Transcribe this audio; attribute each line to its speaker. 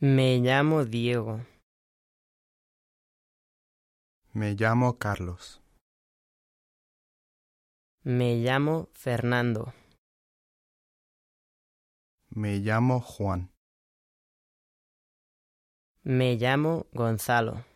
Speaker 1: Me llamo Diego.
Speaker 2: Me llamo Carlos.
Speaker 1: Me llamo Fernando.
Speaker 2: Me llamo Juan.
Speaker 1: Me llamo Gonzalo.